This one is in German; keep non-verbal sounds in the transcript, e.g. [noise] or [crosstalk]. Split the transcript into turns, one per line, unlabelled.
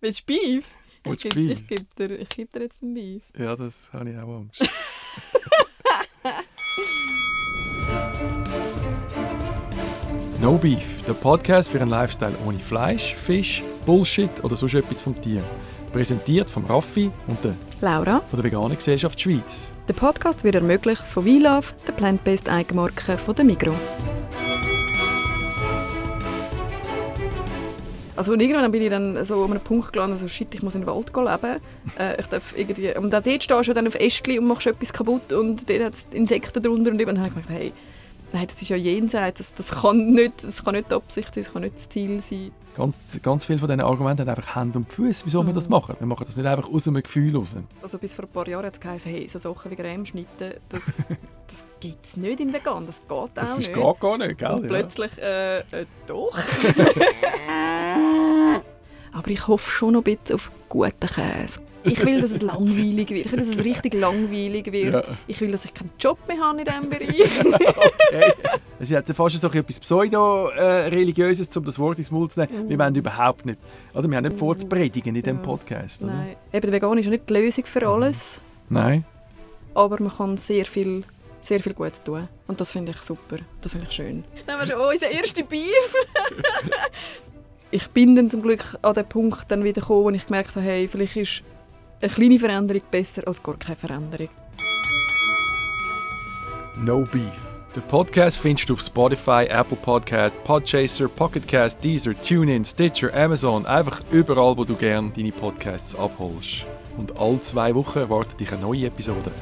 Willst du Beef?
Willst du
ich geb-
Beef?
Ich gebe dir, ich geb dir jetzt einen Beef.
Ja, das habe ich auch
[laughs]
Angst. no Beef, der Podcast für einen Lifestyle ohne Fleisch, Fisch, Bullshit oder sonst etwas vom Tier. Präsentiert vom Raffi und der,
Laura.
von der Veganen Gesellschaft Schweiz.
Der Podcast wird ermöglicht von WeLove, der Plant-Based Eigenmarke von der Migro. Also und irgendwann bin ich dann so an einem Punkt gelandet, so shit, ich muss in den Wald gehen
[laughs]
leben. Äh, ich darf irgendwie, und auch dort stehst du dann auf Ästchen und machst etwas kaputt und dort hat es Insekten drunter und eben. dann habe ich gedacht, hey, nein, das ist ja jenseits, das, das, kann nicht, das kann nicht die Absicht sein, das kann nicht das Ziel sein.
Ganz, ganz viele von diesen Argumenten haben einfach Hände und Füße, wieso wir
Mhm.
das machen. Wir machen das nicht einfach aus einem Gefühl raus.
Also bis vor ein paar Jahren hat es geheißen, hey, so Sachen wie Creme schneiden,
[laughs]
das, das gibt es nicht in vegan, das geht auch
Das ist
nicht.
gar, gar nicht, gell?
Und
Ja.
plötzlich, äh, äh, doch. [laughs] Aber ich hoffe schon noch ein bisschen auf guten Käse. Ich will, dass es langweilig wird. Ich will, dass es richtig langweilig wird.
Ja.
Ich will, dass ich keinen Job mehr habe in diesem Bereich.
[laughs] Es hat fast so etwas Pseudo-Religiöses, um das Wort ins Maul zu nehmen. Wir wollen überhaupt nicht. Oder wir haben nicht vor, zu predigen in diesem
Mhm. Ja.
Podcast. Oder?
Nein. Eben, vegan ist ja nicht die Lösung für alles,
Nein.
aber man kann sehr viel, sehr viel Gutes tun. Und das finde ich super. Das finde ich schön. Dann haben wir schon unseren ersten Beef. [laughs] ich bin dann zum Glück an den Punkt dann wieder gekommen, wo ich gemerkt habe, hey, vielleicht ist eine kleine Veränderung besser als gar keine Veränderung.
No Beef. Den Podcast findest du auf Spotify, Apple Podcasts, Podchaser, Pocketcast, Deezer, TuneIn, Stitcher, Amazon. Einfach überall, wo du gerne deine Podcasts abholst. Und alle zwei Wochen erwartet dich eine neue Episode.